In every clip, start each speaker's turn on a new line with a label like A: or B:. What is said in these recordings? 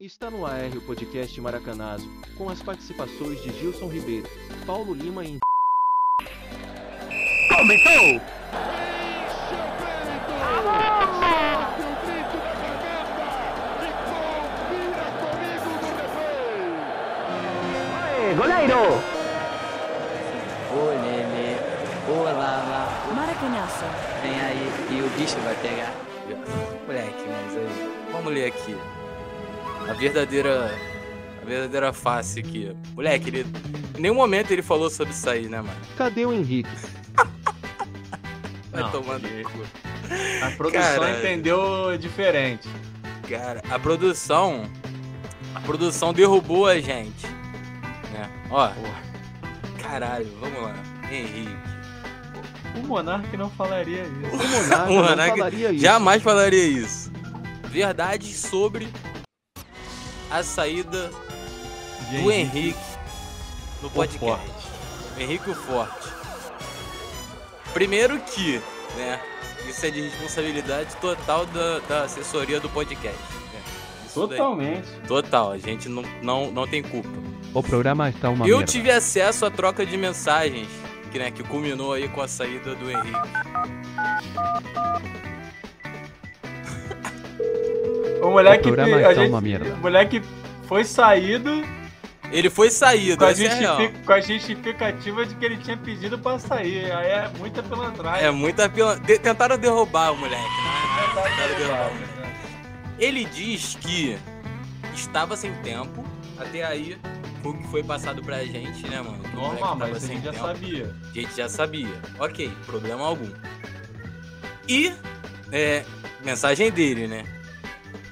A: Está no ar o podcast Maracanazo, com as participações de Gilson Ribeiro, Paulo Lima e...
B: Começou! Aê, Goleiro!
C: Ô nenê, ô lala,
D: Maracanazo.
C: vem aí e o bicho vai pegar. Moleque, mas aí,
E: Uma mulher aqui. A verdadeira. A verdadeira face aqui. Moleque, ele. Em nenhum momento ele falou sobre sair, né, mano?
A: Cadê o Henrique?
E: Vai
F: Não,
E: tomando
F: ele-
E: no cu.
F: A produção
E: Cara,
F: entendeu diferente.
E: Cara, a produção. A produção derrubou a gente. Né? Ó. Caralho, vamos lá. Henrique.
F: O Monark não falaria
A: O
F: isso.
A: Monarca
E: O
A: não
E: Monarca
A: falaria isso.
E: Jamais falaria isso. Verdade sobre a saída do Henrique no podcast. Henrique o Forte. Primeiro que, né? Isso é de responsabilidade total da, da assessoria do podcast. né? Isso daí.
F: Totalmente.
E: Total, a gente não, não, não tem culpa.
A: O programa está uma
E: Eu
A: merda.
E: tive acesso à troca de mensagens, que, né, que culminou aí com a saída do Henrique.
F: O moleque,
A: O
F: que,
A: programa
F: a
A: tá
F: gente,
A: uma merda.
F: o moleque foi saído
E: Ele foi saído,
F: com a,
E: essa é real.
F: justifi- com a justificativa de que ele tinha pedido pra sair. Aí é muita
E: É
F: pilantragem.
E: muita pila... de- Tentaram derrubar o moleque.
F: É
E: né? Tentaram derrubar o moleque. Ele diz que estava sem tempo. Até aí, foi o que foi passado pra gente, né, mano? Que o moleque
F: Normal,
E: tava
F: mas a
E: sem
F: gente já
E: tempo.
F: sabia.
E: A gente já sabia. Ok, problema algum. E, é, mensagem dele, né?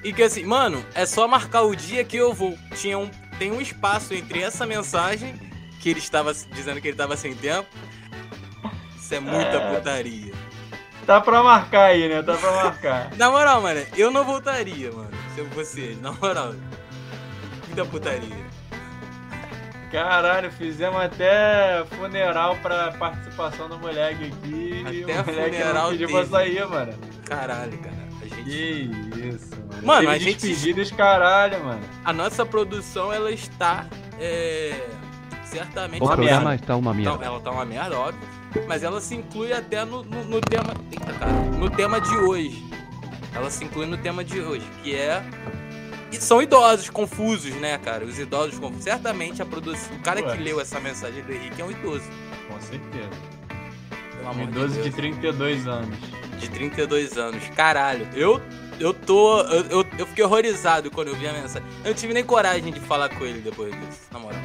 E: E que assim, mano, é só marcar o dia que eu vou. Tinha um, tem um espaço entre essa mensagem, que ele estava dizendo que ele estava sem tempo. Isso é muita putaria.
F: Tá pra marcar aí, né? Tá pra marcar.
E: Na moral, mano, eu não voltaria, mano. Se eu fosse ele, na moral. Muita putaria.
F: Caralho, fizemos até funeral pra participação do moleque aqui. e
E: Até
F: o moleque
E: funeral
F: não pediu
E: teve.
F: pra sair, mano.
E: Caralho, cara. A,
F: Que
E: gente...
F: isso, mano.
E: Mano,
F: Teve
E: a gente-
F: Despedidas, caralho, mano.
E: a nossa produção, ela está. É... Certamente.
A: O
F: uma
A: programa
F: merda.
A: está uma
E: Então,
A: merda.
E: ela tá uma merda, óbvio. Mas ela se inclui até no, no, no tema. Eita, cara. No tema de hoje. Ela se inclui no tema de hoje, que é. E são idosos confusos, né, cara? Os idosos confusos. Certamente a produção. O cara
F: Ué.
E: que leu essa mensagem do Henrique é um idoso.
F: Com certeza.
E: Pelo
F: Um
E: amor
F: idoso
E: de
F: de
E: Deus.
F: 32 anos.
E: de 32 anos. Caralho, eu, eu tô. Eu, eu, eu fiquei horrorizado quando eu vi a mensagem. Eu não tive nem coragem de falar com ele depois disso, na moral.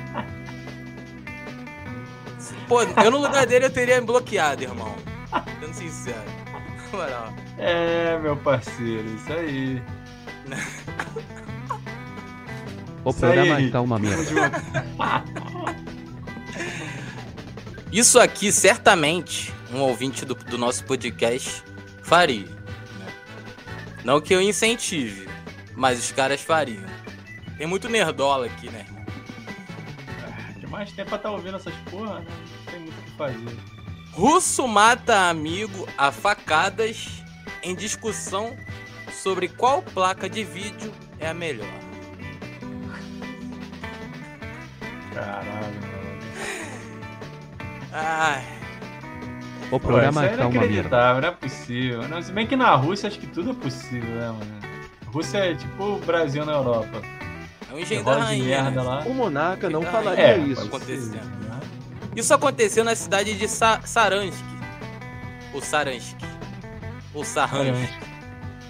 E: Se- Pô, eu no lugar dele eu teria me bloqueado, irmão. Sendo sincero. Na moral.
F: É, meu parceiro, isso aí.
A: O
F: Isso aí,
A: programa
F: Henrique.
A: está uma merda.
F: Tamo junto.
E: Isso aqui, certamente, um ouvinte do, do nosso podcast faria. né? Não que eu incentive, mas os caras fariam. Tem muito nerdola aqui, né, irmão?
F: Que mais tempo pra tá ouvindo essas porra, né? Não tem muito o que fazer.
E: Russo mata amigo a facadas em discussão sobre qual placa de vídeo é a melhor.
F: Caralho, mano.
E: Ai,
A: O
F: Pô, isso
A: programa
F: aí
A: está
F: não
A: uma merda.
F: inacreditável, não é possível. Não, se bem que na Rússia acho que tudo é possível, né, mano? Rússia é tipo o Brasil na Europa.
E: é um
F: Tem
E: engenho da
F: roda de
E: rainha.
F: merda
E: né?
F: lá.
A: O Monarca não
E: É,
A: falaria
F: É,
A: isso.
F: pode ser isso,
E: acontecendo.
F: né?
E: Isso aconteceu na cidade de Sa Saransk. Ou Saransk. Ou Saransk.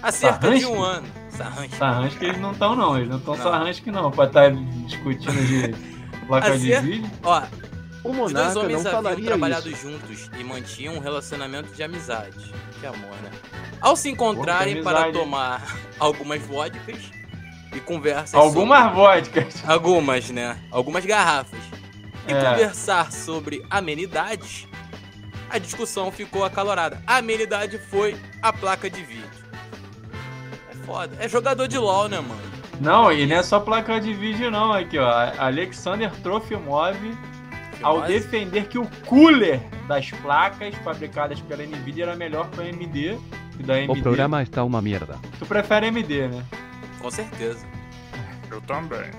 E: Há cerca de um ano. Saransk.
F: Sarranjo que eles não estão, não. Eles não estão
E: Não.
F: sarranjo que não, pra estar discutindo de placa de
E: Acerta.
F: vídeo.
E: Ó,
A: O
E: Os dois
A: Monarca não
E: homens haviam
A: falaria
E: trabalhado
A: isso.
E: juntos e mantinham um relacionamento de amizade. Que amor, né? Ao se
F: Pô,
E: encontrarem
F: que
E: para
F: amizade, hein?
E: tomar algumas vodkas e conversas.
F: Algumas vodkas.
E: sobre- Algumas, né? Algumas garrafas. E
F: É.
E: conversar sobre amenidades, a discussão ficou acalorada. A amenidade foi a placa de vídeo. É foda. É jogador de LOL, né, mano?
F: Não, e não é só placa de vídeo, não. Aqui, ó. Alexander Trofimov, ao
E: Mas-
F: defender que o cooler das placas fabricadas pela NVIDIA era melhor que a AMD. Que da AMD.
A: O programa está uma merda.
F: Tu prefere AMD, né?
E: Com certeza.
B: Eu também.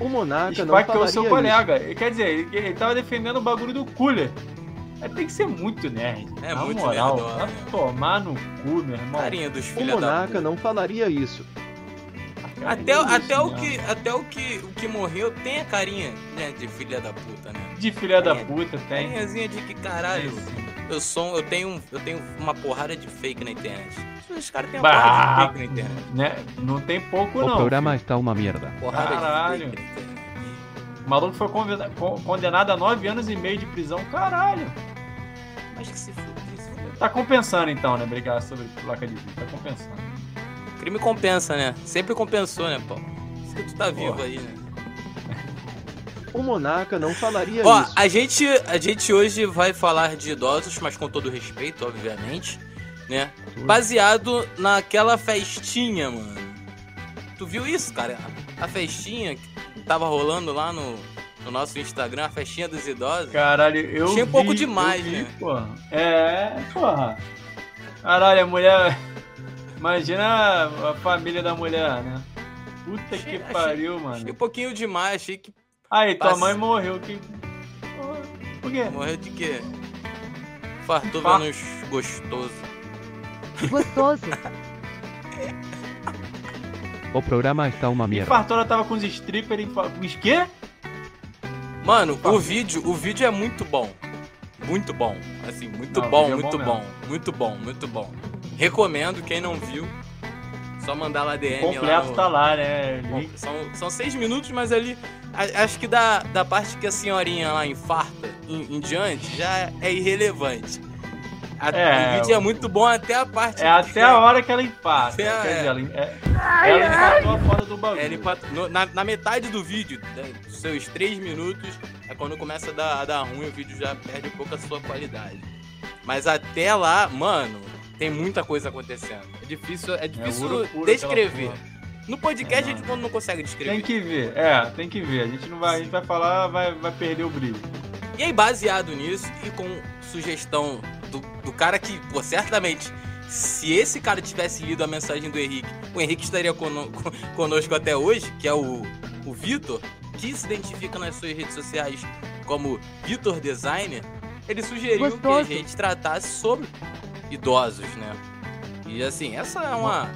A: O Monarca Ah, não
F: Spike é o
A: falaria
F: seu
A: isso.
F: colega. Ele- Quer dizer, ele, ele tava defendendo o bagulho do cooler. Mas tem que ser muito nerd.
E: É
F: na
E: muito
F: moral,
E: nerdola,
F: vai
E: né?
F: tomar no cu, meu irmão.
E: Carinha dos
A: O
E: filhos da
A: Monarca
E: puta.
A: não falaria isso.
E: Até,
F: Isso,
E: até, o
F: não.
E: que, até o que o que morreu tem a carinha, né, de filha da puta, né?
F: De filha da
E: Tem.
F: puta tem.
E: Carinhazinha de que caralho. Eu sou, é um- eu tenho, um- eu tenho uma porrada de fake na internet. Os caras têm uma
F: Bah,
E: porrada de fake na internet.
F: né? Não tem pouco, não.
A: está uma merda.
E: Porrada
F: Caralho.
E: de fake na internet.
F: O maluco foi convena- con- condenado a nove anos e meio de prisão. Caralho.
E: Mas que se fude isso. cara.
F: Tá compensando então, né? Brigar sobre placa de vídeo. Tá compensando.
E: Crime compensa, né? Sempre compensou, né, Paulo? Por isso que tu tá vivo aí, né?
A: O Monarca não falaria
E: Ó,
A: é isso.
E: a gente, a gente hoje vai falar de idosos, mas com todo respeito, obviamente, né? Baseado naquela festinha, mano. Tu viu isso, cara? A festinha que tava rolando lá no, no nosso Instagram, a festinha dos idosos.
F: Caralho, eu.
E: Achei um
F: vi-
E: pouco
F: eu
E: demais,
F: vi,
E: né?
F: Porra. É, porra. Caralho, a mulher. Imagina a família da mulher, né? Puta
E: Achei-
F: que
E: achei-
F: pariu,
E: Achei um
F: mano.
E: pouquinho demais, achei que
F: Aí, tua
E: passe-
F: mãe morreu. Que... Por quê?
E: morreu de quê? Fartou
F: Far-
E: menos gostoso.
D: Gostoso.
G: O programa está uma
F: E
G: mierda.
F: Fartora tava com os strippers em. fa- Os quê?
E: Mano,
F: Fala.
E: o vídeo, o vídeo é muito bom. Muito bom. Assim, muito
F: Não, o
E: bom,
F: vídeo é
E: muito
F: bom
E: bom, Muito bom, muito bom. Recomendo, quem não viu, só mandar lá DM lá.
F: completo
E: no-
F: tá lá, né?
E: Bom,
F: Link.
E: São, são seis minutos, mas ali. a- acho que da, da parte que a senhorinha lá infarta em, em diante já é irrelevante. A-
F: É,
E: o vídeo é
F: o-
E: muito bom até a parte.
F: É até a hora que ela empata.
E: Até a-
F: Quer dizer, ela, em- é, ela empatou a foda do bagulho.
E: É, ele pat- no- na, na metade do vídeo, né, dos seus três minutos, é quando começa a dar, a dar ruim, o vídeo já perde um pouco a sua qualidade. Mas até lá, mano, tem muita coisa acontecendo. É difícil, é difícil
F: ouro puro
E: descrever.
F: aquela porra.
E: No podcast
F: É,
E: a gente quando não consegue descrever.
F: Tem que ver, é, tem que ver. A gente não vai, a gente vai falar, vai, vai perder o brilho.
E: E aí, baseado nisso, e com sugestão do, do cara que, pô, certamente, se esse cara tivesse lido a mensagem do Henrique, o Henrique estaria cono- conosco até hoje, que é o, o Vitor, que se identifica nas suas redes sociais como Vitor Designer, ele sugeriu
D: Gostoso.
E: que a gente tratasse sobre idosos, né? E assim, essa é uma.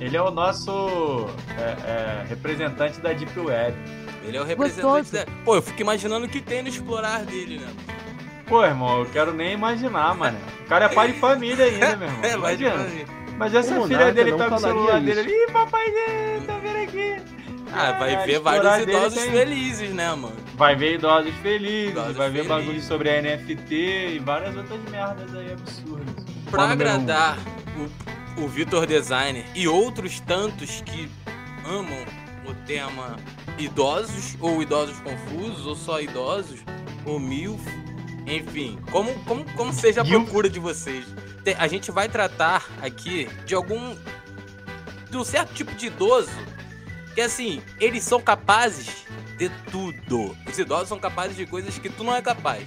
F: Ele é o nosso é, é, representante da Deep Web.
E: Ele é o representante
D: Gostoso.
E: da. Pô, eu fico imaginando o que tem no explorar dele, né?
F: Pô, irmão, eu quero nem imaginar, mano. O cara é pai de família ainda, meu irmão.
E: É, vai de
F: Imagina.
E: fazer.
F: Mas
A: O
F: essa
A: monarca
F: filha dele
A: não
F: tá no
A: falaria
F: celular dele
A: isso.
F: ali. Ih, papai, tá vendo aqui?
E: Ah, vai
F: É,
E: ver
F: explorar
E: vários
F: dele
E: idosos
F: tem-
E: felizes, né, mano?
F: Vai ver idosos felizes,
E: Idosos
F: vai ver
E: felizes.
F: bagulho sobre a NFT e várias outras merdas aí absurdas.
E: Pra
F: Fã número um.
E: agradar o, o Vitor Designer e outros tantos que amam o tema idosos, ou idosos confusos, ou só idosos, ou MILF, enfim, como, como, como seja a
F: Milf.
E: procura de vocês. Te- A gente vai tratar aqui de algum. de um certo tipo de idoso que, assim, eles são capazes de tudo. Os idosos são capazes de coisas que tu não é capaz.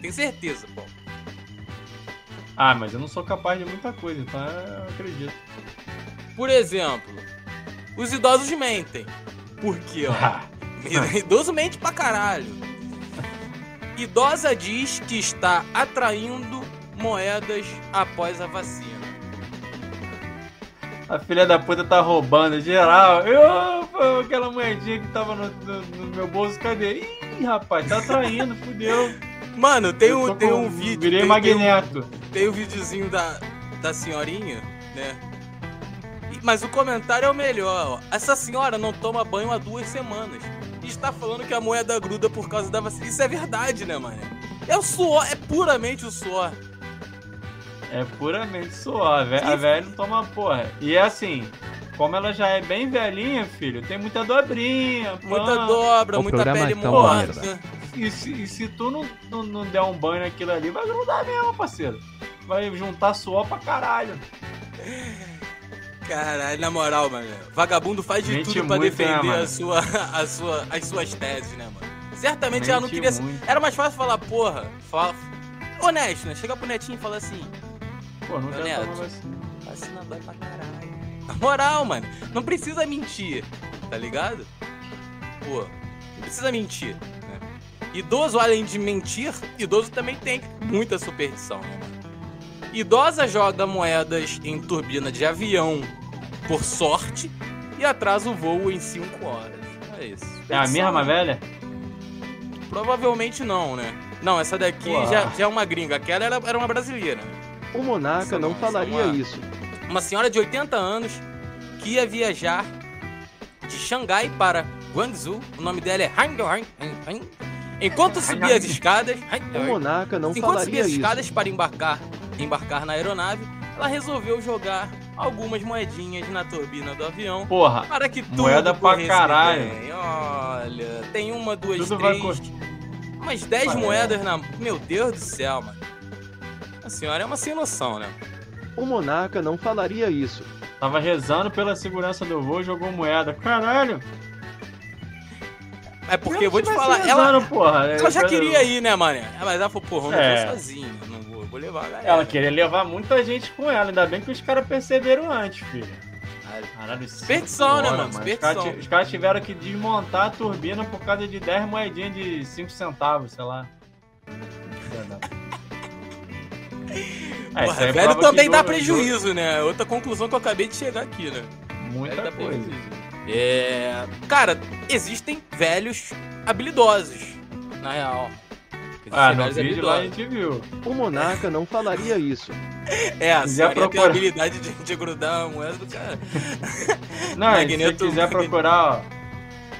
E: Tenho certeza, pô.
F: Ah, mas eu não sou capaz de muita coisa, tá? Eu acredito.
E: Por exemplo, os idosos mentem. Por quê, ó? Idoso mente pra caralho. Idosa diz que está atraindo moedas após a vacina.
F: A filha da puta tá roubando geral. Eu, pô, aquela moedinha que tava no, no- no meu bolso, cadê? Ih, rapaz, tá traindo, fudeu.
E: Mano, tem
F: Eu
E: um,
F: tô
E: tem
F: com-
E: um vídeo.
F: Virei
E: tem, tem, um,
F: magneto.
E: tem um videozinho da, da senhorinha, né? E- Mas o comentário é o melhor, ó. Essa senhora não toma banho há duas semanas. E está falando que a moeda gruda por causa da vacina. Isso é verdade, né, mano? É o suor, é puramente o suor.
F: É puramente suor. A vé- a velha não toma porra. E é assim, como ela já é bem velhinha, filho, tem muita dobrinha. pã.
E: Muita dobra,
G: O
E: muita
G: programa
E: pele
G: tá uma
E: morta.
F: E se, e se tu não, não, não der um banho naquilo ali, vai grudar mesmo, parceiro. Vai juntar suor pra caralho.
E: Caralho, na moral, mano. Vagabundo faz de
F: Mente
E: tudo pra
F: muito, né,
E: defender a
F: mano?
E: sua, a sua, as suas teses, né, mano? Certamente ela não
F: Mente
E: queria.
F: muito.
E: Era mais fácil falar, porra. Fala... Honesto, né? Chega pro netinho e fala assim:
F: Pô, não quero
E: Neto.
F: tomar vacina.
E: vacina dói pra caralho. Na moral, mano. Não precisa mentir, tá ligado? Pô, não precisa mentir. né? Idoso, além de mentir, idoso também tem muita superstição, né, mano? Idosa joga moedas em turbina de avião por sorte e atrasa o voo em 5 horas. É isso.
F: É a mesma velha?
E: Provavelmente não, né? Não, essa daqui
F: Uau.
E: já, já é uma gringa. Aquela era, era uma brasileira.
A: O monarca
E: Essa
A: não
E: não,
A: falaria
E: essa não é.
A: isso.
E: Uma senhora de 80 anos que ia viajar de Xangai para Guangzhou. O nome dela é Hang Hang Hang. Hang. Enquanto subia as escadas,
A: O monarca não
E: enquanto
A: falaria
E: subia as
A: isso.
E: escadas para embarcar, embarcar na aeronave, ela resolveu jogar algumas moedinhas na turbina do avião
F: Porra,
E: para que tudo
F: Moeda pra
E: corresse
F: caralho.
E: bem. Olha, tem uma, duas,
F: tudo vai
E: três,
F: curtir.
E: umas dez
F: Vai.
E: moedas na... Meu Deus do céu, mano. A senhora é uma sem noção, né?
A: O monarca não falaria isso.
F: Tava rezando pela segurança do voo e jogou moeda. Caralho!
E: É porque eu vou te
F: tivesse
E: falar, ela,
F: tá rezando, porra.
E: ela já queria ir, né, mané? Mas ela falou, porra, eu não
F: É.
E: vou sozinha, não vou, eu vou levar a galera.
F: Ela queria levar muita gente com ela, ainda bem que os caras perceberam antes, filho. Caralho, cinco
E: Desperdição, né,
F: horas,
E: mano?
F: Os caras
E: Desperdição.
F: ti- os caras tiveram que desmontar a turbina por causa de 10 moedinhas de 5 centavos, sei lá. É, isso
E: Porra,
F: aí prova
E: velho
F: que
E: também
F: jogo-
E: dá
F: jogo-
E: prejuízo, né? Outra conclusão que eu acabei de chegar aqui, né? Velho
F: Muita
E: dá
F: coisa.
E: prejuízo. É. Cara, existem velhos habilidosos, na real. Existem
F: Ah, no
E: velhos
F: vídeo lá a gente viu.
A: O monarca não falaria isso.
E: É, a
F: quiser
E: senhora tem a
F: procurar.
E: habilidade de, de grudar a moeda do cara.
F: Não, e se
E: Magneto-
F: quiser procurar, ó,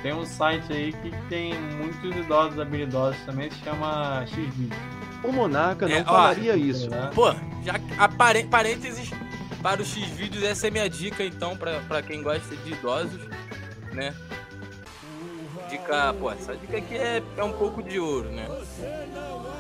F: tem um site aí que tem muitos idosos habilidosos também, se chama tá X-Video.
A: O monarca não
E: É, ó,
A: falaria isso.
F: né?
E: Pô, já apare- parênteses para os X-Vídeos, essa é minha dica, então, pra, pra quem gosta de idosos, né? Dica, pô, essa dica aqui é, é um pouco de ouro, né?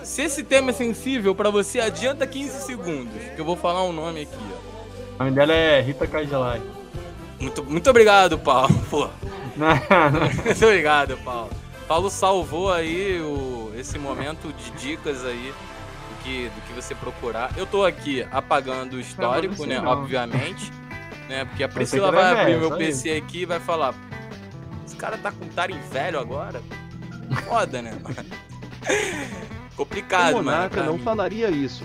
E: Se esse tema é sensível pra você, adianta 15 segundos, que eu vou falar um nome aqui, ó.
F: O nome dela é Rita Cadillac.
E: Muito, muito obrigado, Paulo, pô.
F: Não, não.
E: Muito obrigado, Paulo. Paulo salvou aí o- esse momento de dicas aí do que, do que você procurar. Eu tô aqui apagando o histórico,
F: sei
E: né?
F: Tá não.
E: Obviamente. Né, porque a
F: que
E: Priscila
F: era
E: vai abrir
F: velho,
E: meu
F: só
E: PC aqui e vai falar. Esse cara tá com tarem velho agora? Foda, né? mano?
A: O
E: Complicado, mano.
A: monarca
E: pra
A: não
E: mim.
A: falaria isso.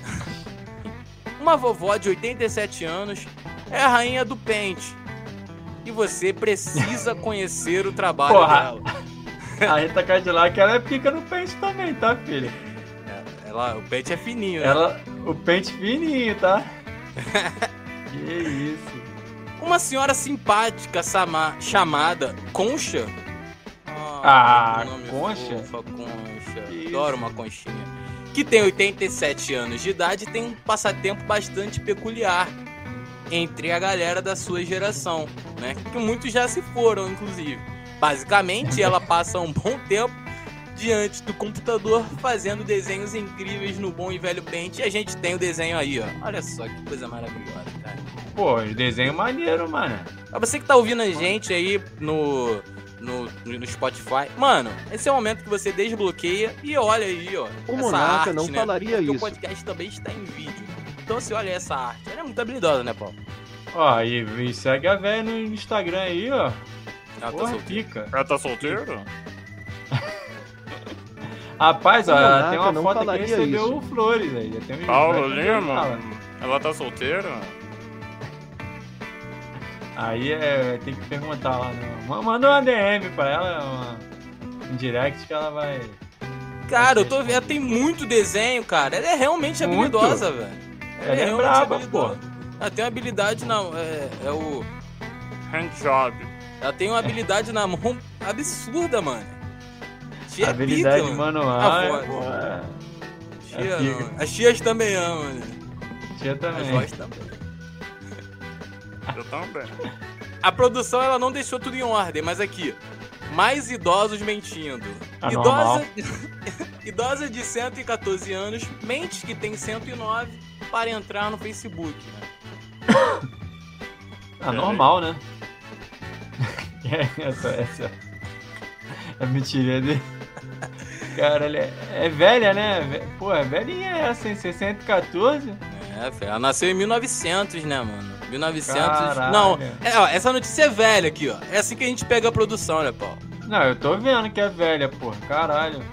E: Uma vovó de 87 anos é a rainha do pente. E você precisa conhecer o trabalho
F: Porra.
E: dela.
F: A Rita Cadillac, ela é pica no pente também, tá, filho?
E: Ela, o pente é fininho, né?
F: Ela, o pente fininho, tá? que isso.
E: Uma senhora simpática sama- chamada Concha.
F: Ah,
E: que nome
F: Concha?
E: fofo, Concha.
F: Que
E: Adoro uma conchinha. Que tem 87 anos de idade e tem um passatempo bastante peculiar entre a galera da sua geração, né? Que muitos já se foram, inclusive. Basicamente, ela passa um bom tempo diante do computador fazendo desenhos incríveis no bom e velho pente. E a gente tem o desenho aí, ó. Olha só que coisa maravilhosa, cara.
F: Pô, desenho maneiro, mano.
E: Pra você que tá ouvindo a gente aí no, no, no Spotify, mano, esse é o momento que você desbloqueia e olha aí, ó.
A: O
E: essa
A: monarca
E: arte,
A: não
E: né?
A: falaria
E: Porque o
A: isso.
E: podcast também está em vídeo. Então você olha essa arte. Ela é muito habilidosa, né, Paulo?
F: Ó, e, e segue a véia no Instagram aí, ó.
E: Ela tá
F: Porra,
E: solteira.
F: pica.
B: Ela tá solteiro?
F: Rapaz, ó,
A: Não,
F: ela
A: nada,
F: tem uma
A: não
F: foto que
A: falaria
F: recebeu
A: isso.
F: o Flores aí. Já tem um
B: Paulo
F: já tem um-
B: Lima? Ela tá solteira?
F: Aí é, tem que perguntar lá. Né? Ma- Manda uma DM pra ela, é uma, um direct que ela vai...
E: Cara, eu tô vendo, ela tem muito desenho, cara. Ela é realmente
F: Muito.
E: habilidosa, velho.
F: Ela é
E: realmente
F: braba,
E: habilidosa. Ela tem uma habilidade na. É, é o,
B: Handjob.
E: ela tem uma habilidade na mão absurda, mano. Tia
F: Habilidade
E: pica, mano.
F: manual. é,
E: A voz.
F: pô,
E: Tia,
F: é pica.
E: não. As tias também amam, né?
F: é. Tia
E: As
F: também.
E: vós também.
B: Eu também.
E: A produção ela não deixou tudo em ordem, mas aqui. Mais idosos mentindo.
F: Ah, normal.
E: idosa, idosa de 114 anos mente que tem 109 para entrar no Facebook. né? é.
F: Ah, normal, né? essa, essa. É mentira dele. Cara, ele é, é velha, né? Ve- é assim, Pô, é velhinha essa, hein? 614?
E: É, fé, ela nasceu em 1900, né, mano? 1900.
F: Caralho.
E: Não, é, ó, essa notícia é velha aqui, ó. É assim que a gente pega a produção, né, Paulo?
F: Não, eu tô vendo que é velha, porra. Caralho.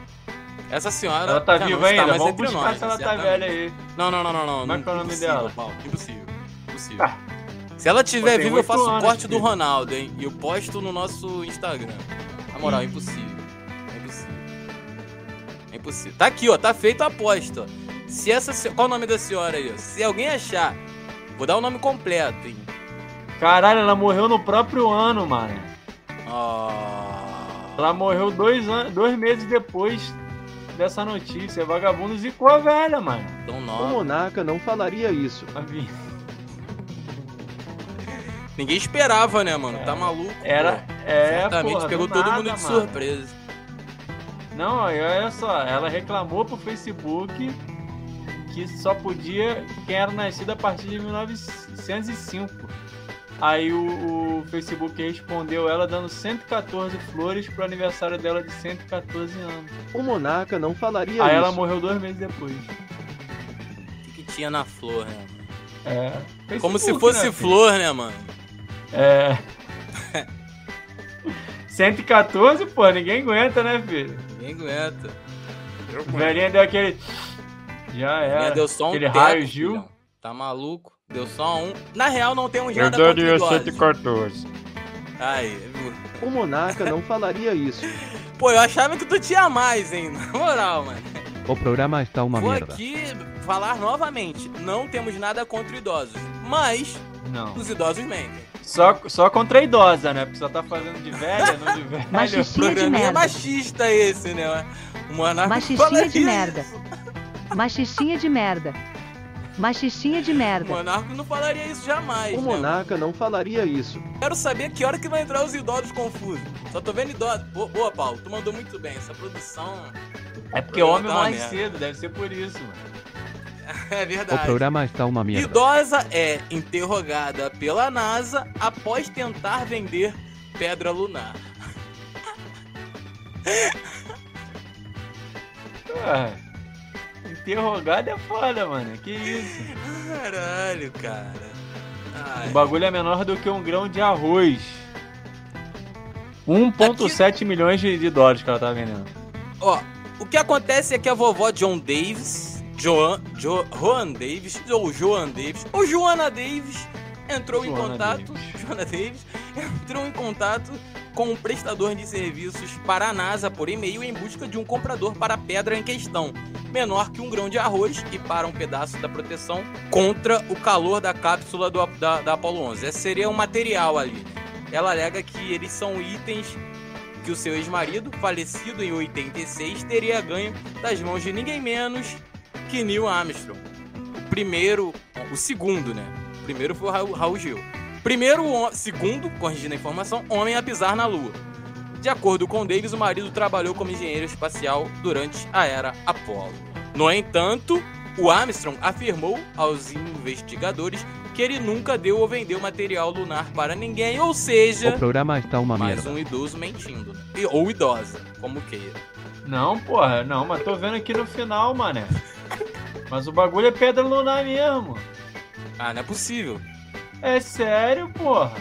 E: Essa senhora.
F: Ela tá
E: já não está
F: viva ainda?
E: mais
F: Vamos
E: entre
F: buscar
E: nós,
F: se ela tá
E: certamente.
F: velha aí.
E: Não, não, não, não, não.
F: Como é que é o nome
E: impossível,
F: dela?
E: Paulo, impossível. Impossível.
F: Ah.
E: Se ela tiver
F: Pô, tem
E: viva, eu
F: oito
E: faço o
F: anos,
E: corte do
F: filho.
E: Ronaldo, hein? E eu posto no nosso Instagram. Na
F: Hum.
E: moral, é impossível. É impossível. É impossível. Tá aqui, ó. Tá feita a aposta. ó. Se essa. se- Qual o nome da senhora aí, ó? Se alguém achar. Vou dar o nome completo, hein?
F: Caralho, ela morreu no próprio ano, mano.
E: Ó.
F: Ela morreu dois, an... dois meses depois dessa notícia. Vagabundo zicou a velha, mano.
E: Então,
A: O
E: nome.
A: Monarca não falaria isso.
F: A vi-
E: Ninguém esperava, né, mano? Tá maluco?
F: É. Era.
E: pô.
F: É,
E: Certamente
F: porra,
E: pegou
F: do
E: todo
F: nada,
E: mundo de
F: mano.
E: surpresa.
F: Não, e olha só, ela reclamou pro Facebook que só podia quem era nascido a partir de 1905. Aí o, o Facebook respondeu ela dando 114 flores pro aniversário dela de 114 anos.
A: O Monarca não falaria
F: Aí
A: isso.
F: Ah, ela morreu dois meses depois.
E: O que, que tinha na flor, né?
F: É.
E: Como se
F: Facebook,
E: fosse
F: né, filho?
E: flor, né, mano?
F: É. 114, pô, ninguém aguenta, né, filho?
E: Ninguém aguenta.
B: Eu
F: O
B: conheço.
F: velhinho deu aquele. Já
E: Minha
F: era.
E: deu só um
F: É, Aquele
E: teco,
F: raio Gil.
E: filhão. Tá maluco? Deu só um. Na real, não tem um já
B: Eu
E: da
B: daria
E: Portuguesa.
B: 114.
E: Aí,
A: O Monarca não falaria isso.
E: pô, eu achava que tu tinha mais, hein? Na moral, mano.
G: O programa está uma
E: Vou
G: merda.
E: aqui falar novamente. Não temos nada contra idosos. Mas
F: Não.
E: os idosos mentem.
F: Só, só contra a idosa, né? Porque só tá fazendo de velha, não de velha.
D: Mas
E: O
D: xixinha de
E: programa é
D: merda.
E: machista esse, né? O monarca fala
D: Machixinha de
E: isso.
D: merda. Machixinha de merda. Machixinha de
E: O
D: merda.
E: monarca não falaria isso jamais,
A: O
E: né?
A: Monarca não falaria isso.
E: Quero saber que hora que vai entrar os idosos confusos. Só tô vendo idosos. Boa, boa, Paulo. Tu mandou muito bem. Essa produção...
F: É porque homem
E: Tá,
F: morre
E: merda.
F: cedo, deve ser por isso, mano.
E: É
G: O
E: verdade.
G: programa está uma merda.
E: Idosa é interrogada pela NASA após tentar vender pedra lunar.
F: Ah, interrogado é foda, mano. Que isso?
E: Caralho, cara.
F: O
E: Ai,
F: bagulho é menor do que um grão de arroz. 1.7 milhões de, de dólares que ela tá vendendo.
E: Ó, o que acontece é que a vovó John Davis, Joan, jo, Joan Davis, ou Joan Davis, ou Joana Davis, entrou em
F: Joana
E: contato.
F: Davis.
E: Joana Davis entrou em contato com um prestador de serviços para a NASA por e-mail em busca de um comprador para a pedra em questão, menor que um grão de arroz e para um pedaço da proteção contra o calor da cápsula do, da, da Apollo 11. Esse seria um material ali. né? Ela alega que eles são itens que o seu ex-marido, falecido em 86, teria ganho das mãos de ninguém menos que Neil Armstrong. O primeiro, o segundo, né? O primeiro foi o Raul, Raul Gil. Primeiro, ho- segundo, corrigindo a informação, homem a pisar na Lua. De acordo com Davis, o marido trabalhou como engenheiro espacial durante a era Apollo. No entanto, o Armstrong afirmou aos investigadores que ele nunca deu ou vendeu material lunar para ninguém, ou seja,
G: O programa está uma
E: mais
G: merda.
E: um idoso mentindo. né? E- Ou idosa, como queira.
F: Não, porra, não, mas tô vendo aqui no final, mané. Mas o bagulho é pedra lunar mesmo.
E: Ah, não é possível.
F: É sério, porra.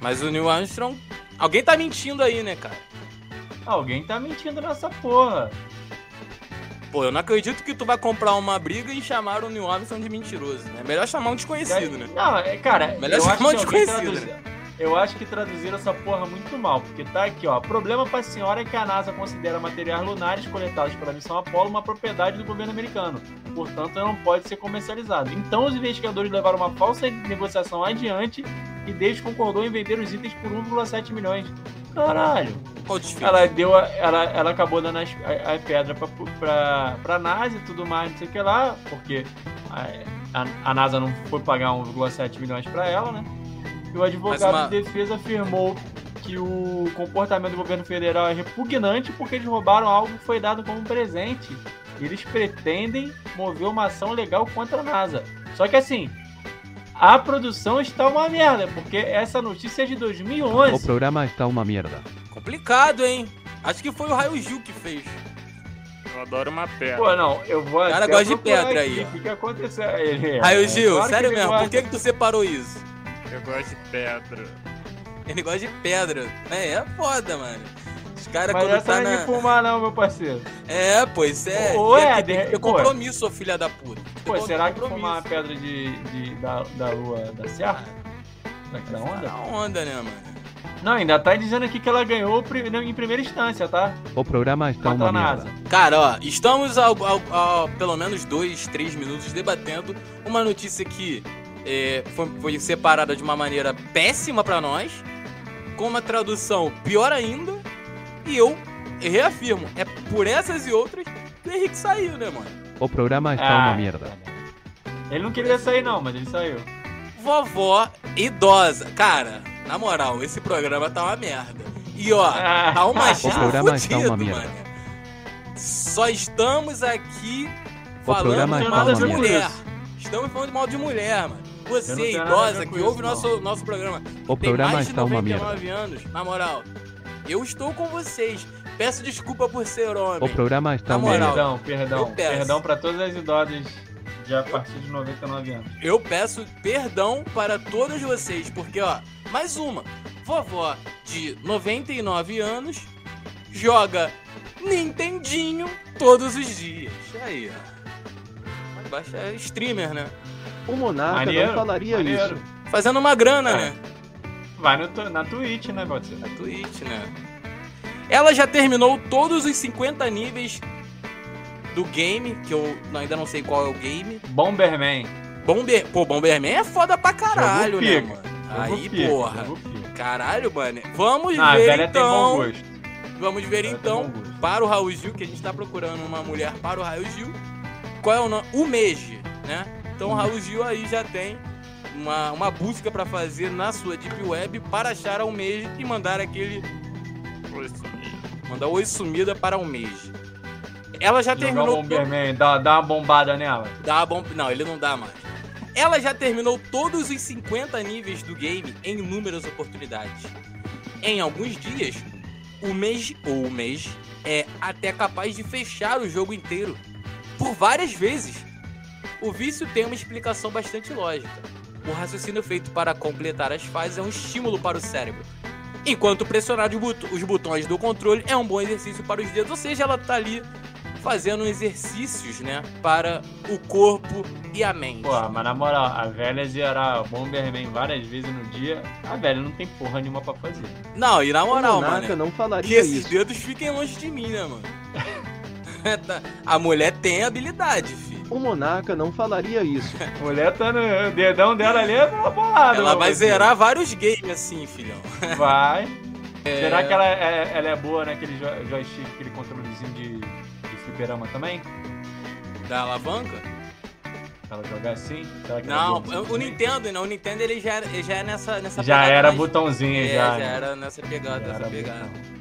E: Mas o Neil Armstrong. Alguém tá mentindo aí, né, cara?
F: Alguém tá mentindo nessa porra.
E: Pô, eu não acredito que tu vai comprar uma briga e chamar o Neil Armstrong de mentiroso, né? Melhor chamar um desconhecido, né?
F: Não, é, cara,
E: Melhor
F: eu
E: chamar
F: acho,
E: um
F: que alguém
E: desconhecido, né?
F: traduzi- eu acho que traduziram essa porra muito mal, porque tá aqui, ó. Problema pra senhora é que a NASA considera materiais lunares coletados pela missão Apollo uma propriedade do governo americano. Portanto, não pode ser comercializado. Então, os investigadores levaram uma falsa negociação adiante e Davis concordou em vender os itens por 1,7 milhões. Caralho.
E: Qual o desfile?
F: Ela é- deu a- ela, ela acabou dando as- a, a pedra pra, pra, pra NASA e tudo mais, não sei o que lá, porque a, a- a NASA não foi pagar 1,7 milhões pra ela, né? E o advogado
E: uma-
F: de defesa afirmou que o comportamento do governo federal é repugnante porque eles roubaram algo que foi dado como presente. Eles pretendem mover uma ação legal contra a NASA. Só que assim, a produção está uma merda, porque essa notícia é de
G: O
F: 2011.
G: programa está uma merda.
E: Complicado, hein? Acho que foi o Raio Gil que fez.
B: Eu adoro uma pedra.
F: Pô, não, eu vou
E: cara
F: até
E: gosta de
F: procurar
E: pedra
F: aqui
E: aí, ó.
F: O que, que aconteceu? Ele,
E: Raio
F: é,
E: Gil,
F: claro
E: sério
F: ele
E: mesmo,
F: gosta.
E: por que, que tu separou isso?
B: Eu gosto de pedra.
E: Ele gosta de pedra. É, é foda, mano. Os caras
F: Mas
E: quando
F: essa
E: tá
F: não é
E: na.
F: de fumar, não, meu parceiro.
E: É, pois é.
F: Ô,
E: E aqui
F: Éder,
E: tem que ter
F: pô.
E: compromisso, ô filha da puta. Tem
F: Pô,
E: que ter
F: será que
E: compromisso.
F: fumar a pedra de, de- da, da lua da Serra? Será que dá
E: Tá
F: onda?
E: na onda, né, mano?
F: Não, ainda tá dizendo aqui que ela ganhou o pri- não, em primeira instância, tá?
G: O programa está
F: Contra
G: uma
F: a NASA.
G: mierda.
E: Cara, ó, estamos ao, ao- ao- pelo menos dois, três minutos debatendo uma notícia que é, foi, foi separada de uma maneira péssima pra nós, com uma tradução pior ainda, e eu reafirmo, é por essas e outras que o Henrique saiu, né, mano?
G: O programa está
F: Ah,
G: é uma merda.
F: Ele não queria sair, não, mas ele saiu.
E: Vovó idosa. Cara, na moral, esse programa tá uma merda. E ó,
F: Ah,
E: Tá uma
G: O
E: já
G: programa está
E: fudido,
G: então uma merda.
E: mano. Só estamos aqui
G: O
E: falando
G: programa
E: de
F: está
E: mal de
F: uma merda.
E: mulher. Estamos falando de mal de mulher, mano.
F: Eu não
E: Você,
F: tenho nada a ver
E: idosa,
F: com
E: que
F: isso,
E: ouve
F: não.
E: nosso, nosso programa,
G: O
E: tem
G: programa
E: mais de
G: está então uma merda.
E: 99 anos, na moral, eu estou com vocês. Peço desculpa por ser homem.
G: O programa está
E: Na
G: uma merda.
E: moral.
F: Perdão, perdão.
E: Eu peço.
F: Perdão pra todas as idosas de a partir de 99 anos.
E: Eu peço perdão para todos vocês, porque, ó, mais uma. Vovó de 99 anos joga Nintendinho todos os dias. Aí, ó. Mas baixa é streamer, né?
A: O monarca
F: Maneiro,
A: não
G: é
A: falaria
F: maneiro.
A: isso.
E: Fazendo uma grana,
F: É.
E: né?
F: Vai no tu- na Twitch, né, Batista?
E: Na Twitch, né? Ela já terminou todos os 50 níveis do game, que eu ainda não sei qual é o game.
F: Bomberman.
E: Bomber... Pô, Bomberman é foda pra caralho, né,
F: pica.
E: mano?
F: Jogo
E: Aí,
F: pica,
E: porra.
F: jogo pica.
E: Caralho, mano. Vamos
F: Ah, a
E: ver
F: velha
E: então.
F: tem bom gosto.
E: Vamos ver
F: Velha tem
E: então
F: bom gosto.
E: para o Raul Gil, que a gente tá procurando uma mulher para o Raul Gil. Qual é o nome? O Meji, né? Então o Raul Gil aí já tem uma, uma busca pra fazer na sua Deep Web para achar o Meji e mandar aquele. Mandar oi sumida para o Meji. Ela já
F: Jogar o
E: terminou.
F: Bomberman, dá, dá uma bombada nela.
E: Dá bom. Não, ele não dá mais. Ela já terminou todos os 50 níveis do game em inúmeras oportunidades. Em alguns dias, o mês ou o mês é até capaz de fechar o jogo inteiro por várias vezes. O vício tem uma explicação bastante lógica. O raciocínio feito para completar as fases é um estímulo para o cérebro. Enquanto pressionar os bot- os botões do controle é um bom exercício para os dedos, ou seja, ela tá ali fazendo exercícios, né, para o corpo e a mente.
F: Porra, mas na moral, a velha zerar o Bomberman várias vezes no dia, a velha não tem porra nenhuma pra fazer.
E: Não, e na
A: o
E: moral,
A: monarca
E: mano,
A: não
E: que
A: falaria
E: esses
A: isso.
E: dedos fiquem longe de mim, né, mano? Tá. a mulher tem habilidade, filho.
A: O monarca não falaria isso.
F: A mulher tá no. O dedão dela ali é uma bolada.
E: Ela
F: meu
E: vai
F: parceiro.
E: zerar vários games assim, filhão.
F: Vai. Será que ela é, ela é boa naquele jo- joystick, aquele controlezinho de, de fliperama também?
E: Da alavanca?
F: Pra ela jogar assim? Será que ela é
E: Não,
F: boa nisso
E: o
F: também?
E: Nintendo, não. O Nintendo ele já, era- ele já é nessa, nessa
F: Já
E: pegada
F: era
E: mais-
F: botãozinho,
E: É,
F: já. né?
E: já era nessa pegada,
F: Já
E: nessa
F: era
E: pegada.
F: botão.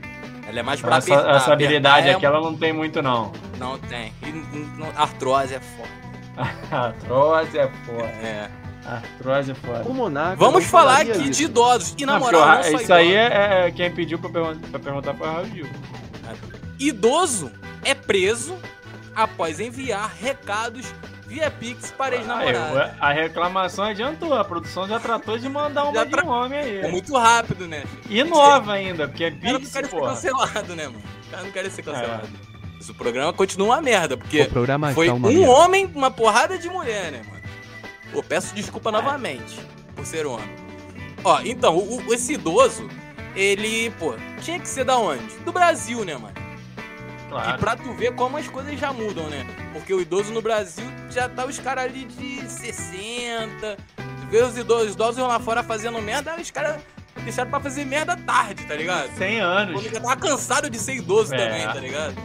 E: Ela é mais pra
F: Essa,
E: apertar,
F: essa habilidade
E: apertar é-
F: aqui ela não tem muito, não.
E: um- Não tem. E n- n- artrose é foda.
F: Artrose é foda.
E: É.
F: Artrose é foda.
A: O monarca
E: Vamos
A: não
E: falar
A: falaria
E: aqui
A: isso.
E: de idosos. E na
F: Não,
E: moral,
F: porque o
E: não
F: Ra-
E: só né?
F: isso aí
E: idosos.
F: é, é- quem pediu pra, pergun- pra perguntar foi o Raul Gil.
E: Idoso é preso após enviar recados via Pix para
F: Ah, eu-
E: ex-namorada.
F: a reclamação adiantou, a produção já tratou de mandar uma
E: Já
F: de
E: tra-
F: um homem aí.
E: É muito rápido, né? filho?
F: E nova ainda, porque é
E: O cara não
F: Pix,
E: quer ser
F: porra. É.
E: cancelado, né, mano? O cara não quer ser cancelado. Mas o programa continua uma merda,
G: O
E: porque
G: programa
E: foi
G: está
E: um
G: tá uma merda.
E: homem, uma porrada de mulher, né, mano? Pô, peço
F: É.
E: desculpa novamente por ser homem. Ó, então, o- o- esse idoso, ele, pô, tinha que ser da onde? Do Brasil, né, mano? E
F: Claro.
E: pra tu ver como as coisas já mudam, né? Porque o idoso no Brasil já tá os caras ali de 60. Tu vê os idosos, os idosos lá fora fazendo merda, os caras deixaram pra fazer merda tarde, tá ligado?
F: 100 anos.
E: Quando já tava cansado de ser idoso
F: É.
E: também, tá ligado?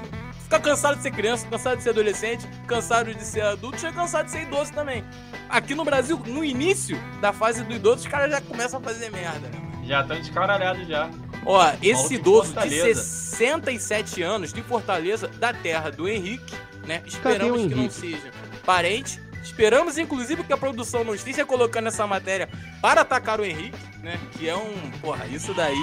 E: Ficar cansado de ser criança, cansado de ser adolescente, cansado de ser adulto, já cansado de ser idoso também. Aqui no Brasil, no início da fase do idoso, os caras já começam a fazer merda, né?
F: Já estão descaralhados já.
E: Ó,
F: Maluco
E: esse
F: de
E: idoso de
F: Fortaleza.
E: 67 anos de Fortaleza, da terra do Henrique, né?
A: o
E: Esperamos que não
A: Henrique?
E: seja parente. Esperamos, inclusive, que a produção não esteja colocando essa matéria para atacar o Henrique, né? Que é um. Porra, isso daí.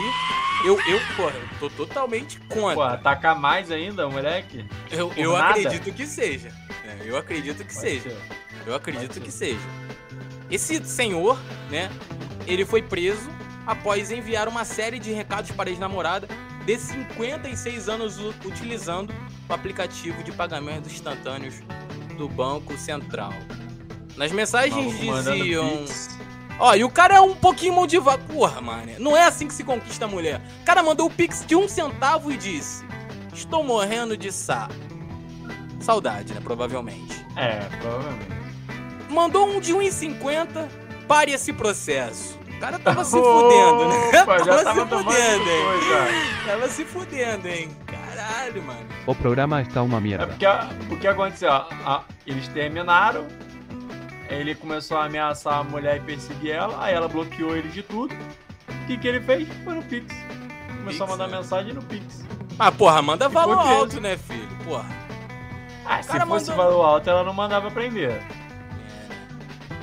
E: Eu, eu, porra, eu tô totalmente
F: Pô,
E: contra.
F: atacar mais ainda, moleque?
E: Eu,
F: por
E: eu
F: nada?
E: acredito que seja. né, Eu acredito que
F: Pode
E: seja.
F: ser.
E: Eu acredito
F: Pode
E: que
F: ser.
E: seja. Esse senhor, né, ele foi preso após enviar uma série de recados para a ex-namorada de 56 anos u- utilizando o aplicativo de pagamentos instantâneos do Banco Central. Nas mensagens
F: Maluco mandando
E: diziam.
F: pix.
E: Ó, e o cara é um pouquinho mão de vaca. Porra, mano. Não é assim que se conquista a mulher. O cara mandou o pix de um centavo e disse: Estou morrendo de sa. Saudade, né? Provavelmente.
F: É, provavelmente.
E: Mandou um de 1,50. Pare esse processo. O cara tava se fudendo, né?
F: Opa, já tava
E: se
F: tomando
E: fudendo, hein?
F: coisa.
E: Tava se fudendo, hein? Caralho, mano.
G: O programa está uma
F: É
G: mierda.
F: porque a- o que aconteceu? ó, a- eles terminaram, ele começou a ameaçar a mulher e perseguir ela, aí ela bloqueou ele de tudo. O que, que ele fez? Foi no Pix. Começou a
E: Pix,
F: mandar
E: né?
F: mensagem no Pix.
E: Ah, porra, manda valor
F: preso.
E: alto, né, filho? Porra.
F: Ah, se
E: cara
F: fosse
E: mandou-
F: valor alto, ela não mandava prender.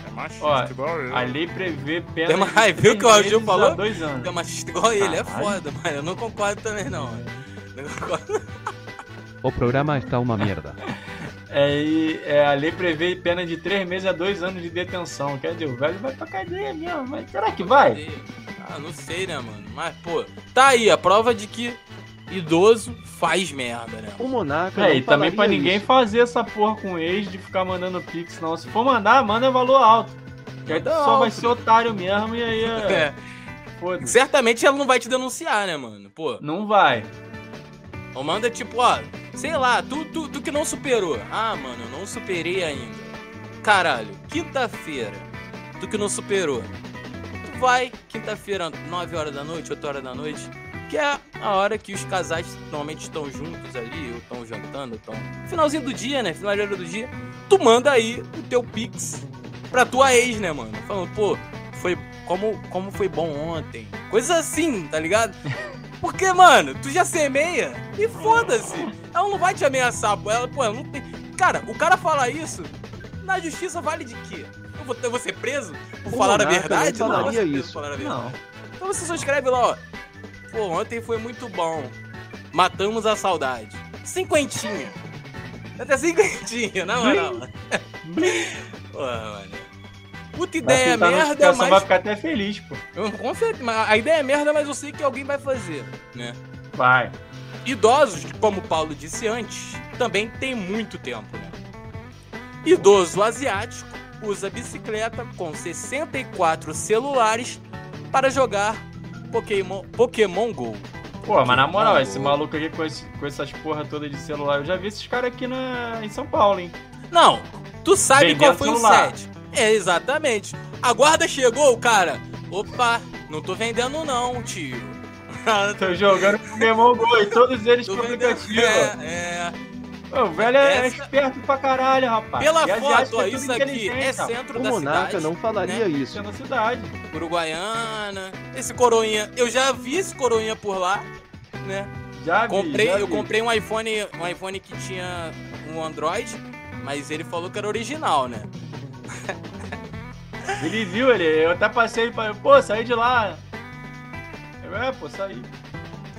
B: É machista,
F: Ó,
B: igual eu.
F: A lei prevê pena.
E: Tem uma-
F: de
E: Ai, viu
F: três
E: que o Raul Gil
F: meses a
E: falou?
F: Dois anos.
E: É machista igual ele, é
F: Caralho.
E: foda, mas eu não concordo também, não. Não concordo.
G: O programa está uma mierda.
F: É, e, é, a lei prevê pena de três meses a dois anos de detenção. Quer dizer, o velho vai pra cadeia mesmo. Mas será que vai?
E: Ah, não sei, né, mano? Mas, pô, tá aí a prova de que idoso faz merda, né?
A: O Monarca.
F: É,
A: não
F: e também
A: falaria
F: pra ninguém
A: isso.
F: fazer essa porra com o ex de ficar mandando pix, não. Se for mandar, manda valor alto. Que aí tu
E: Manda
F: só vai
E: alto.
F: ser otário mesmo e aí é.
E: É,
F: Foda-se.
E: certamente ela não vai te denunciar, né, mano? Pô,
F: Não vai.
E: ou manda tipo, ó, sei lá, tu, tu, tu que não superou. Ah, mano, eu não superei ainda. Caralho, quinta-feira, tu que não superou. Tu vai, quinta-feira, 9 horas da noite, 8 horas da noite, que é a hora que os casais normalmente estão juntos ali, ou estão jantando, estão. Finalzinho do dia, né? Finaleiro do dia. Tu manda aí o teu pix pra tua ex, né, mano? Falando, pô, foi. Como, como foi bom ontem. Coisa assim, tá ligado? Porque, mano, tu já semeia e foda-se. Ela não vai te ameaçar, pô. Ela, pô, ela não tem. Cara, o cara fala isso, na justiça vale de quê? Eu vou, eu vou ser preso por
A: O
E: falar
A: monarca
E: a
A: não
E: verdade? eu vou
A: falaria
E: ser preso por
A: isso.
E: falar a verdade.
F: Não.
E: Então você só escreve lá, ó. Pô, ontem foi muito bom. Matamos a saudade. Cinquentinha. Até cinquentinha, na moral. Pô, mano. Puta
F: Vai
E: ideia
F: pintar a
E: É, merda,
F: notificação, vai
E: mas.
F: ficar até feliz, pô.
E: Eu, com certeza, mas a ideia é merda, mas eu sei que alguém vai fazer, né?
F: Vai.
E: Idosos, como o Paulo disse antes, também tem muito tempo, né? Idoso asiático usa bicicleta com 64 celulares para jogar Pokémon, Pokémon Go.
F: Pô, mas na moral,
E: Maluco.
F: esse maluco aqui com, esse- com essas porra toda de celular, eu já vi esses caras aqui na, em São Paulo, hein?
E: Não, tu sabe
F: Vendendo
E: qual foi
F: celular.
E: o set. É, exatamente. A guarda chegou, o cara. Opa, não tô vendendo não, tio.
F: Tô jogando Pokémon Go e todos eles
E: Tô
F: com
E: vendendo.
F: aplicativo.
E: É, é.
F: Ô, O velho é
E: Essa-
F: esperto pra caralho, rapaz.
E: Pela
F: E asiático
E: foto, ó,
F: é tudo
E: isso aqui
F: inteligente,
E: é
F: rapaz.
E: centro
A: O
E: da
A: Monarca
E: cidade. né?
A: não falaria isso.
F: Centro da cidade.
E: Uruguaiana. Esse coroinha, eu já vi esse coroinha por lá, né?
F: Já vi,
E: Comprei,
F: já
E: eu
F: vi.
E: comprei um iPhone, um iPhone que tinha um Android, mas ele falou que era original, né?
F: Ele viu, ele. Eu até passei e falei, pô, saí de lá. Eu, é, pô, saí.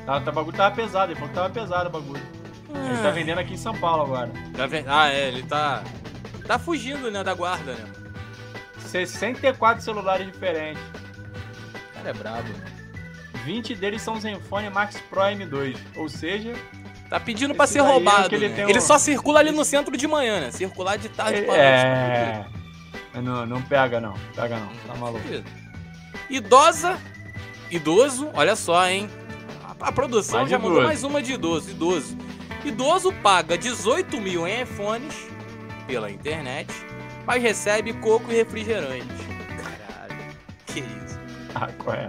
F: Tá, tá, o bagulho tava pesado, ele falou que tava pesado o bagulho. Ele
E: Ah.
F: tá vendendo aqui em São Paulo agora.
E: Tá ven- Ah, é, ele tá tá fugindo, né, da guarda, né?
F: 64 celulares diferentes.
E: O cara é brabo. né?
F: 20 deles são Zenfone Max Pro M2. Ou seja,
E: Tá pedindo pra
F: Esse
E: ser
F: daí é o
E: roubado,
F: que ele
E: né?
F: tem
E: Ele
F: um-
E: só circula ali no centro de manhã, né? Circular de tarde pra noite. né?
F: é. Não, não pega não. Pega não. Tá maluco.
E: Fudido. Idosa, idoso, olha só, hein? A, a produção
F: Mais
E: já mandou
F: idoso.
E: mais uma de idoso, idoso. Idoso paga 18 mil em iPhones pela internet, mas recebe coco e refrigerante. Caralho, que isso?
F: Ah, qual é?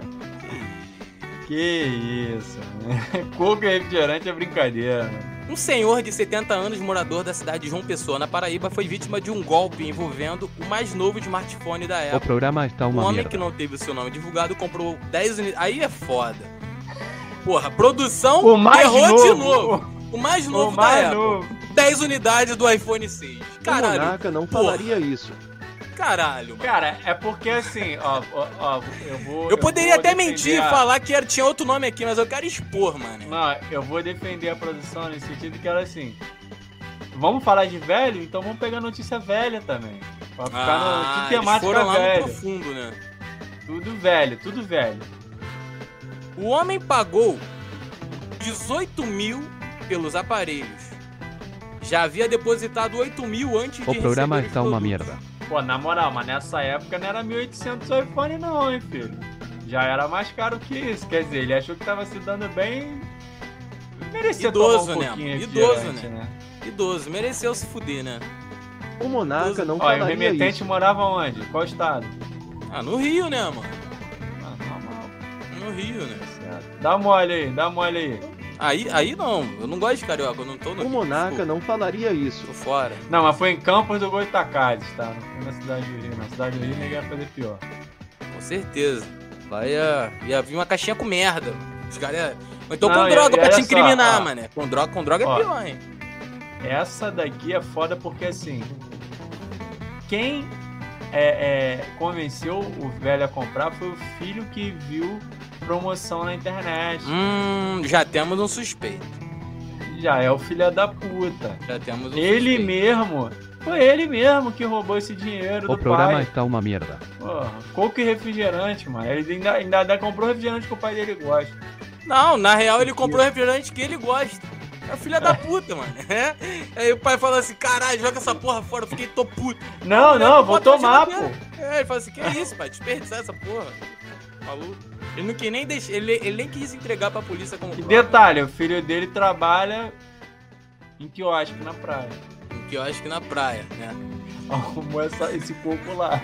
F: Que isso, mano. Coco e refrigerante é brincadeira, mano.
E: Um senhor de 70 anos, morador da cidade de João Pessoa, na Paraíba, foi vítima de um golpe envolvendo o mais novo smartphone da
G: O
E: época.
G: programa está
E: Um
G: uma
E: homem que
G: mierda.
E: não teve o seu nome divulgado comprou 10 unidades. Aí é foda. Porra, produção
F: O mais
E: errou
F: novo.
E: de novo. O mais
F: O,
E: novo da
F: mais
E: Apple.
F: novo.
E: 10 unidades do iPhone 6.
A: o
E: Caralho,
A: Monarca não
E: porra.
A: falaria isso.
E: caralho, mano.
F: Cara, é porque assim, ó, ó, ó, eu vou.
E: Eu poderia
F: vou
E: até
F: defender
E: mentir e
F: a-
E: falar que era- tinha outro nome aqui, mas eu quero expor, mano.
F: Não, eu vou defender a produção nesse sentido que ela assim. Vamos falar de velho? Então vamos pegar notícia velha também. Pra ficar Tá no. Que
E: Ah, eles
F: temática
E: foram lá no
F: velha.
E: profundo, né?
F: Tudo velho, tudo velho.
E: O homem pagou 18 mil pelos aparelhos. Já havia depositado 8 mil antes de
G: O programa
E: receber os
G: está uma
E: produtos.
G: mierda.
F: Pô, na moral, mas nessa época não era 1800 o iPhone não, hein, filho. Já era mais caro que isso. Quer dizer, ele achou que tava se dando bem... Merecia
E: Idoso,
F: tomar um
E: né?
F: pouquinho de
E: Idoso,
F: refrigerante, né?
E: Idoso, mereceu se fuder, né?
A: O monarca não
F: Ó, e o
A: falaria
F: remetente
A: Um é isso.
F: morava onde? Qual estado?
E: Ah, no Rio, né, mano?
F: Ah, normal,
E: No Rio, né?
F: certo. Dá mole aí, dá mole aí.
E: Aí, aí não, eu não gosto de carioca, eu não tô no
A: O
E: Rio,
A: monarca
E: desculpa,
A: não falaria isso.
E: Tô fora.
F: Não, mas foi em Campos do Goitacazes, tá? Não foi na cidade do Rio, não. Cidade do Rio ninguém ia fazer pior.
E: Com certeza. Lá ia, ia vir uma caixinha com merda. Os caras. ia- Ou então
F: Não,
E: com
F: e-
E: droga
F: e
E: pra te
F: olha só,
E: incriminar,
F: ó.
E: mano. Com droga, com droga é
F: Ó.
E: pior, hein?
F: Essa daqui é foda porque assim. Quem é, é, convenceu o velho a comprar foi o filho que viu promoção na internet.
E: Hum, já temos um suspeito.
F: Já é o filho da puta.
E: Já temos um
F: Ele
E: suspeito.
F: mesmo. Foi ele mesmo que roubou esse dinheiro
G: O
F: do
G: programa
F: pai.
G: está uma mierda.
F: Porra, coco e refrigerante, mano. Ele ainda, ainda, ainda comprou refrigerante que o pai dele gosta.
E: Não, na real ele comprou o refrigerante que ele gosta. É filha da puta, mano. É. Aí o pai fala assim: caralho, joga essa porra fora, eu fiquei tô puto.
F: Não, não, vou
E: Bota na
F: tomar, pô.
E: geladeira. É, ele fala assim: que isso, pai, desperdiçar essa porra. Maluco. Ele não quis nem deixar, ele, ele nem quis entregar pra polícia como
F: E
E: prova.
F: detalhe, o filho dele trabalha em quiosque na praia.
E: Que eu acho que na praia, né?
F: Arrumou essa, esse coco lá.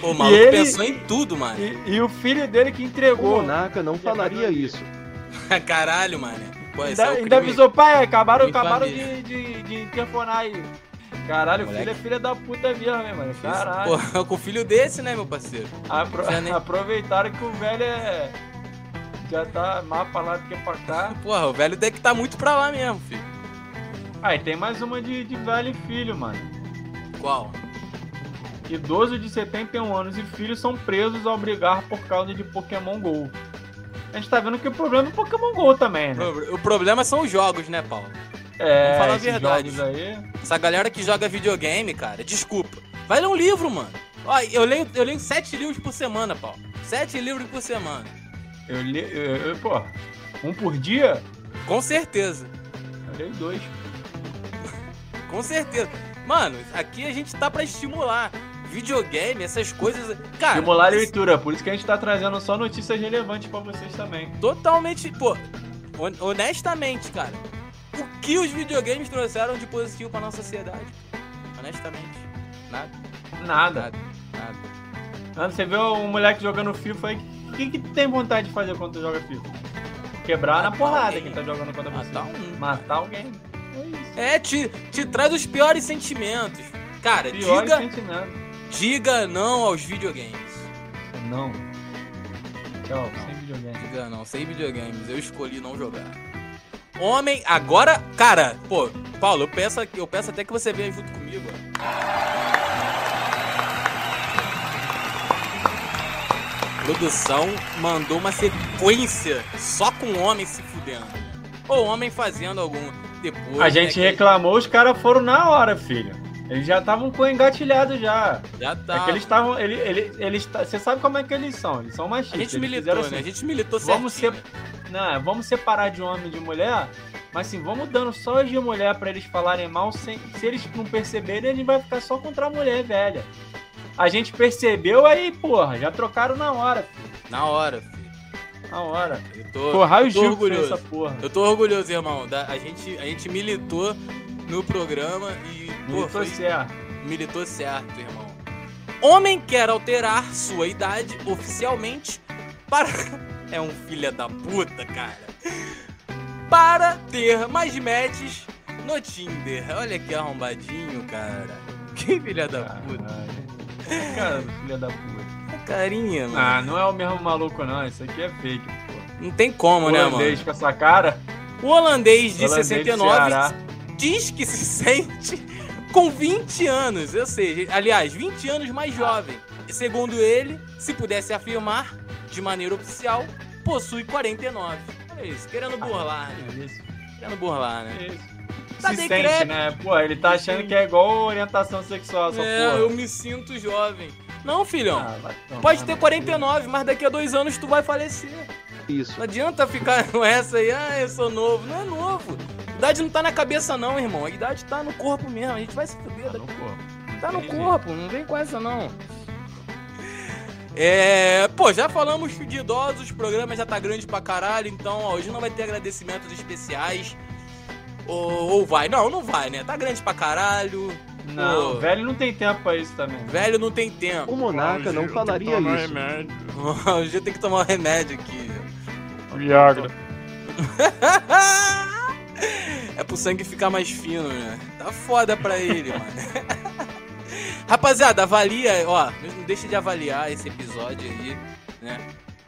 E: Pô, o maluco
F: ele-
E: pensou em tudo, mano.
F: E, e o filho dele que
A: O
F: entregou.
A: monarca não falaria isso.
E: Caralho, mano. Pô, esse
F: ainda,
E: é o crime.
F: ainda avisou, pai, acabaram,
E: crime
F: acabaram de,
E: família.
F: de, de interfonar aí. Caralho, o
E: Moleque.
F: filho é filha da puta mesmo, hein, mano. Caralho.
E: Pô, é com o filho desse, né, meu parceiro?
F: Apro-
E: já é nem-
F: aproveitaram que o velho é. Já tá mais pra lá do que pra cá.
E: Porra, o velho deve que tá muito pra lá mesmo, filho.
F: Aí tem mais uma de, de velho e filho, mano.
E: Qual?
F: Idoso de 71 anos e filho são presos ao brigar por causa de Pokémon GO. A gente tá vendo que o problema é o Pokémon GO também, né?
E: O problema são os jogos, né, Paulo?
F: É,
E: vamos falar a
F: esses
E: verdade.
F: jogos aí.
E: Essa galera que joga videogame, cara, desculpa. Vai ler um livro, mano. Ó, eu leio, eu leio sete livros por semana, Paulo. Sete livros por semana.
F: Eu li. Eu, eu- pô, um por dia?
E: Com certeza.
F: Eu leio dois.
E: Com certeza. Mano, aqui a gente tá pra estimular. Videogame, essas coisas. Cara.
F: Estimular a
E: isso-
F: leitura, por isso que a gente tá trazendo só notícias relevantes pra vocês também.
E: totalmente, pô, hon- honestamente, cara, o que os videogames trouxeram de positivo pra nossa sociedade? Honestamente, nada,
F: Nada.
E: nada, nada.
F: Mano, Você vê um moleque jogando FIFA aí, o que, que tu tem vontade de fazer quando tu joga FIFA? Quebrar na
E: Matar
F: porrada
E: alguém.
F: quem tá jogando contra você.
E: Matar um.
F: Matar alguém. É isso.
E: É, te, te traz os piores sentimentos. Cara,
F: Pior é
E: diga,
F: sentimento.
E: diga não aos videogames.
F: Não. Tchau, sem videogame.
E: Diga não, sem videogames, eu escolhi não jogar. Homem, agora, cara, pô, Paulo, eu peço, eu peço até que você venha junto comigo. ó. Produção mandou uma sequência só com homem se fudendo. Ou homem fazendo algum depois.
F: A
E: né,
F: gente
E: que
F: reclamou, os caras foram na hora, filho. Eles já estavam com engatilhado já.
E: Já
F: É
E: tá.
F: que eles estavam. Ele, ele, eles, ta- você sabe como é que eles são? Eles são
E: A
F: machistas.
E: gente
F: eles
E: militou,
F: fizeram
E: né? A
F: assim,
E: gente militou
F: Vamos
E: certinho.
F: ser- Não, vamos separar de homem e de mulher, mas assim, vamos dando só as de mulher pra eles falarem mal. Sem, se eles não perceberem, ele vai ficar só contra a mulher velha. A gente percebeu aí, porra, já trocaram na hora, filho.
E: Na hora, filho.
F: Na hora.
E: Eu tô.
F: Porra, raio Gil que fez
E: orgulhoso.
F: essa porra.
E: Eu tô orgulhoso, irmão. da- a, gente, a gente militou no programa e pô,
F: Militou
E: foi-
F: certo.
E: militou certo, irmão. Homem quer alterar sua idade oficialmente para. É um filho da puta, cara. Para ter mais matches no Tinder. Olha que arrombadinho, cara. Que filha da puta.
F: Caralho. Cara, filha da puta.
E: Carinha, mano.
F: Ah, não é o mesmo maluco, não. Isso aqui é fake, pô.
E: Não tem como,
F: O
E: né,
F: holandês
E: mano?
F: com essa cara.
E: O holandês de
F: holandês do
E: 69
F: Ceará.
E: diz que se sente com 20 anos, ou seja, aliás, 20 anos mais jovem. Segundo ele, se pudesse afirmar de maneira oficial, possui 49. É isso, querendo burlar, né?
F: Isso,
E: Querendo burlar, né?
F: isso.
E: Tá
F: Se
E: decreto.
F: sente, né? Pô, ele tá achando que é igual orientação sexual, essa
E: É,
F: porra.
E: eu me sinto jovem. Não, filhão.
F: Ah, vai tomar
E: Pode ter
F: no cu.
E: 49, mas daqui a dois anos tu vai falecer.
A: Isso.
E: Não adianta ficar com essa aí, ah, eu sou novo. Não é novo. A idade não tá na cabeça, não, irmão. A idade tá no corpo mesmo. A gente vai se fuder
F: Tá
E: daqui
F: no corpo.
E: Tá no
F: Entendi.
E: corpo, não vem com essa não. É, pô, já falamos de idosos, o programa já tá grande pra caralho, então ó, hoje não vai ter agradecimentos especiais. Ou, ou vai? Não, não vai, né? Tá grande pra caralho.
F: Não,
E: Pô.
F: velho não tem tempo pra isso também.
E: Velho não tem tempo.
A: O Monarca não
B: Eu
A: falaria
B: tomo
A: isso.
B: remédio.
E: Hoje eu tenho que tomar um remédio aqui.
B: Viagra.
E: é pro sangue ficar mais fino, né? Tá foda pra ele, mano. Rapaziada, avalia, ó, não deixa de avaliar esse episódio aí, né?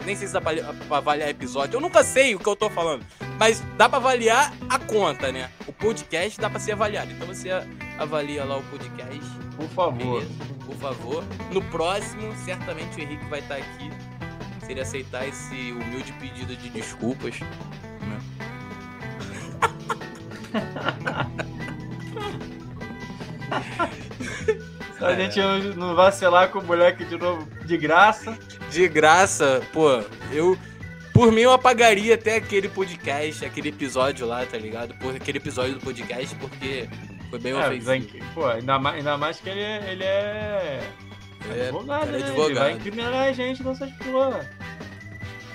E: Nem sei se dá pra ali- pra avaliar episódio. Eu nunca sei o que eu tô falando. Mas dá pra avaliar a conta, né? O podcast dá pra ser avaliado. Então você avalia lá o podcast,
F: Por favor.
E: beleza? Por favor. No próximo, certamente o Henrique vai estar aqui. Se ele aceitar esse humilde pedido de desculpas. né?
F: Se
E: é.
F: a gente não- não vacilar com o moleque de novo de graça,
E: É, De graça, pô, eu. Por mim, eu apagaria até aquele podcast, aquele episódio lá, tá ligado? Por aquele episódio do podcast, porque foi bem
F: é,
E: ofensivo.
F: Zank- pô, ainda mais, ainda mais que ele, é- ele é
E: É,
F: advogado,
E: cara,
F: né? Ele
E: advogado.
F: vai incriminar a gente nessas porra.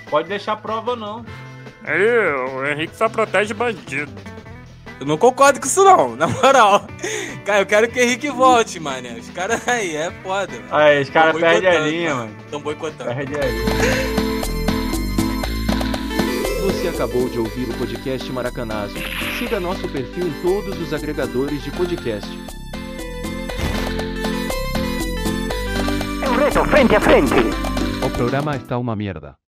F: Pode deixar prova não.
B: Aí, o Henrique só protege bandido.
E: Eu não concordo com isso, não, na moral. Cara, eu quero que o Henrique volte, mano. Os caras aí, é foda. mano.
F: Aí, os caras
E: Tão
F: perdem a
E: Tá boicotando,
F: linha, mano.
E: Tão boicotando.
F: Perde a linha.
A: Você acabou de ouvir o podcast Maracanazo. Siga nosso perfil em todos os agregadores de podcast.
G: O programa está uma mierda.